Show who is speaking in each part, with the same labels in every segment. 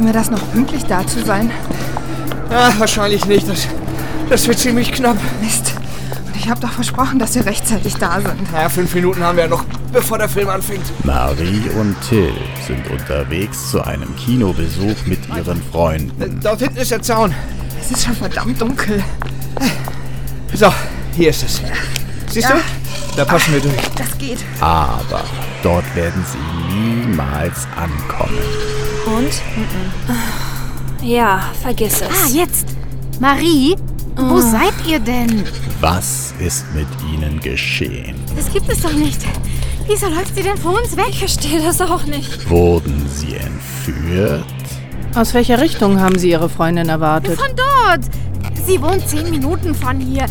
Speaker 1: wir das noch pünktlich da zu sein?
Speaker 2: Ah, wahrscheinlich nicht. Das, das wird ziemlich knapp.
Speaker 1: Mist. Und ich habe doch versprochen, dass wir rechtzeitig da sind.
Speaker 2: Naja, fünf Minuten haben wir ja noch, bevor der Film anfängt.
Speaker 3: Marie und Till sind unterwegs zu einem Kinobesuch mit ihren
Speaker 2: Äh,
Speaker 3: Freunden.
Speaker 2: Dort hinten ist der Zaun.
Speaker 1: Es ist schon verdammt dunkel.
Speaker 2: So, hier ist es. Siehst
Speaker 1: Ja.
Speaker 2: du? Da passen wir durch.
Speaker 1: Das geht.
Speaker 3: Aber dort werden sie niemals ankommen.
Speaker 4: Und? Ja, vergiss
Speaker 5: Ah,
Speaker 4: es.
Speaker 5: jetzt! Marie, wo seid ihr denn?
Speaker 3: Was ist mit ihnen geschehen?
Speaker 5: Das gibt es doch nicht. Wieso läuft sie denn vor uns weg?
Speaker 4: Ich verstehe das auch nicht.
Speaker 3: Wurden sie entführt?
Speaker 6: Aus welcher Richtung haben Sie Ihre Freundin erwartet?
Speaker 5: Von dort! Sie wohnt zehn Minuten von hier.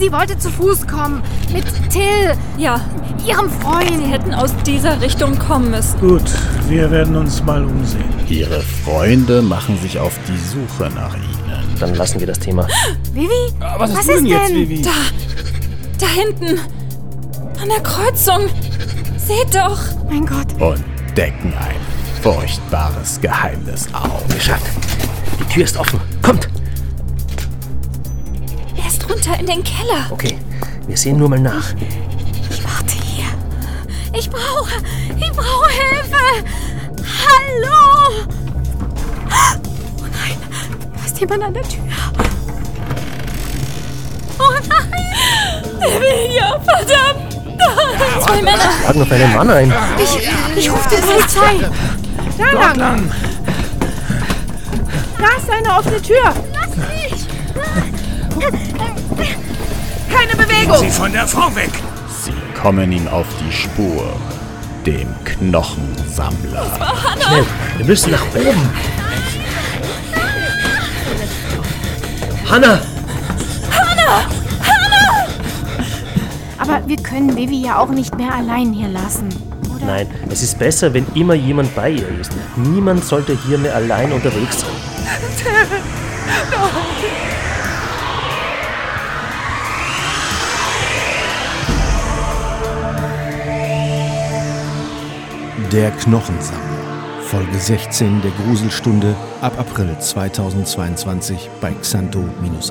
Speaker 5: Sie wollte zu Fuß kommen. Mit Till,
Speaker 4: Ja,
Speaker 5: ihrem
Speaker 4: sie
Speaker 5: Freund.
Speaker 4: hätten aus dieser Richtung kommen müssen.
Speaker 7: Gut, wir werden uns mal umsehen.
Speaker 3: Ihre Freunde machen sich auf die Suche nach ihnen.
Speaker 8: Dann lassen wir das Thema.
Speaker 5: Vivi?
Speaker 7: Was,
Speaker 5: hast Was du denn ist jetzt, denn? Vivi?
Speaker 4: Da, da hinten. An der Kreuzung. Seht doch.
Speaker 5: Mein Gott.
Speaker 3: und decken ein furchtbares Geheimnis auf.
Speaker 8: Geschafft. Die Tür ist offen. Kommt!
Speaker 4: Er ist runter in den Keller.
Speaker 8: Okay, wir sehen nur mal nach.
Speaker 5: Ich warte hier. Ich brauche. Ich brauche Hilfe. Hallo! Oh nein. Da ist jemand an der Tür. Oh nein!
Speaker 4: Ja, verdammt. Da, Zwei Männer.
Speaker 8: Laden auf einen Mann ein.
Speaker 5: Ich rufe die Polizei.
Speaker 6: Da lang. Da ist eine offene Tür.
Speaker 5: Lass mich!
Speaker 6: Keine Bewegung.
Speaker 7: Sie von der Frau weg!
Speaker 3: Sie kommen ihm auf die Spur, dem Knochensammler.
Speaker 8: Schnell, wir müssen nach oben. Hanna!
Speaker 5: Aber wir können Vivi ja auch nicht mehr allein hier lassen. Oder?
Speaker 8: Nein, es ist besser, wenn immer jemand bei ihr ist. Niemand sollte hier mehr allein unterwegs sein.
Speaker 9: Der Knochensammler. Folge 16 der Gruselstunde ab April 2022 bei xanto-audio.de.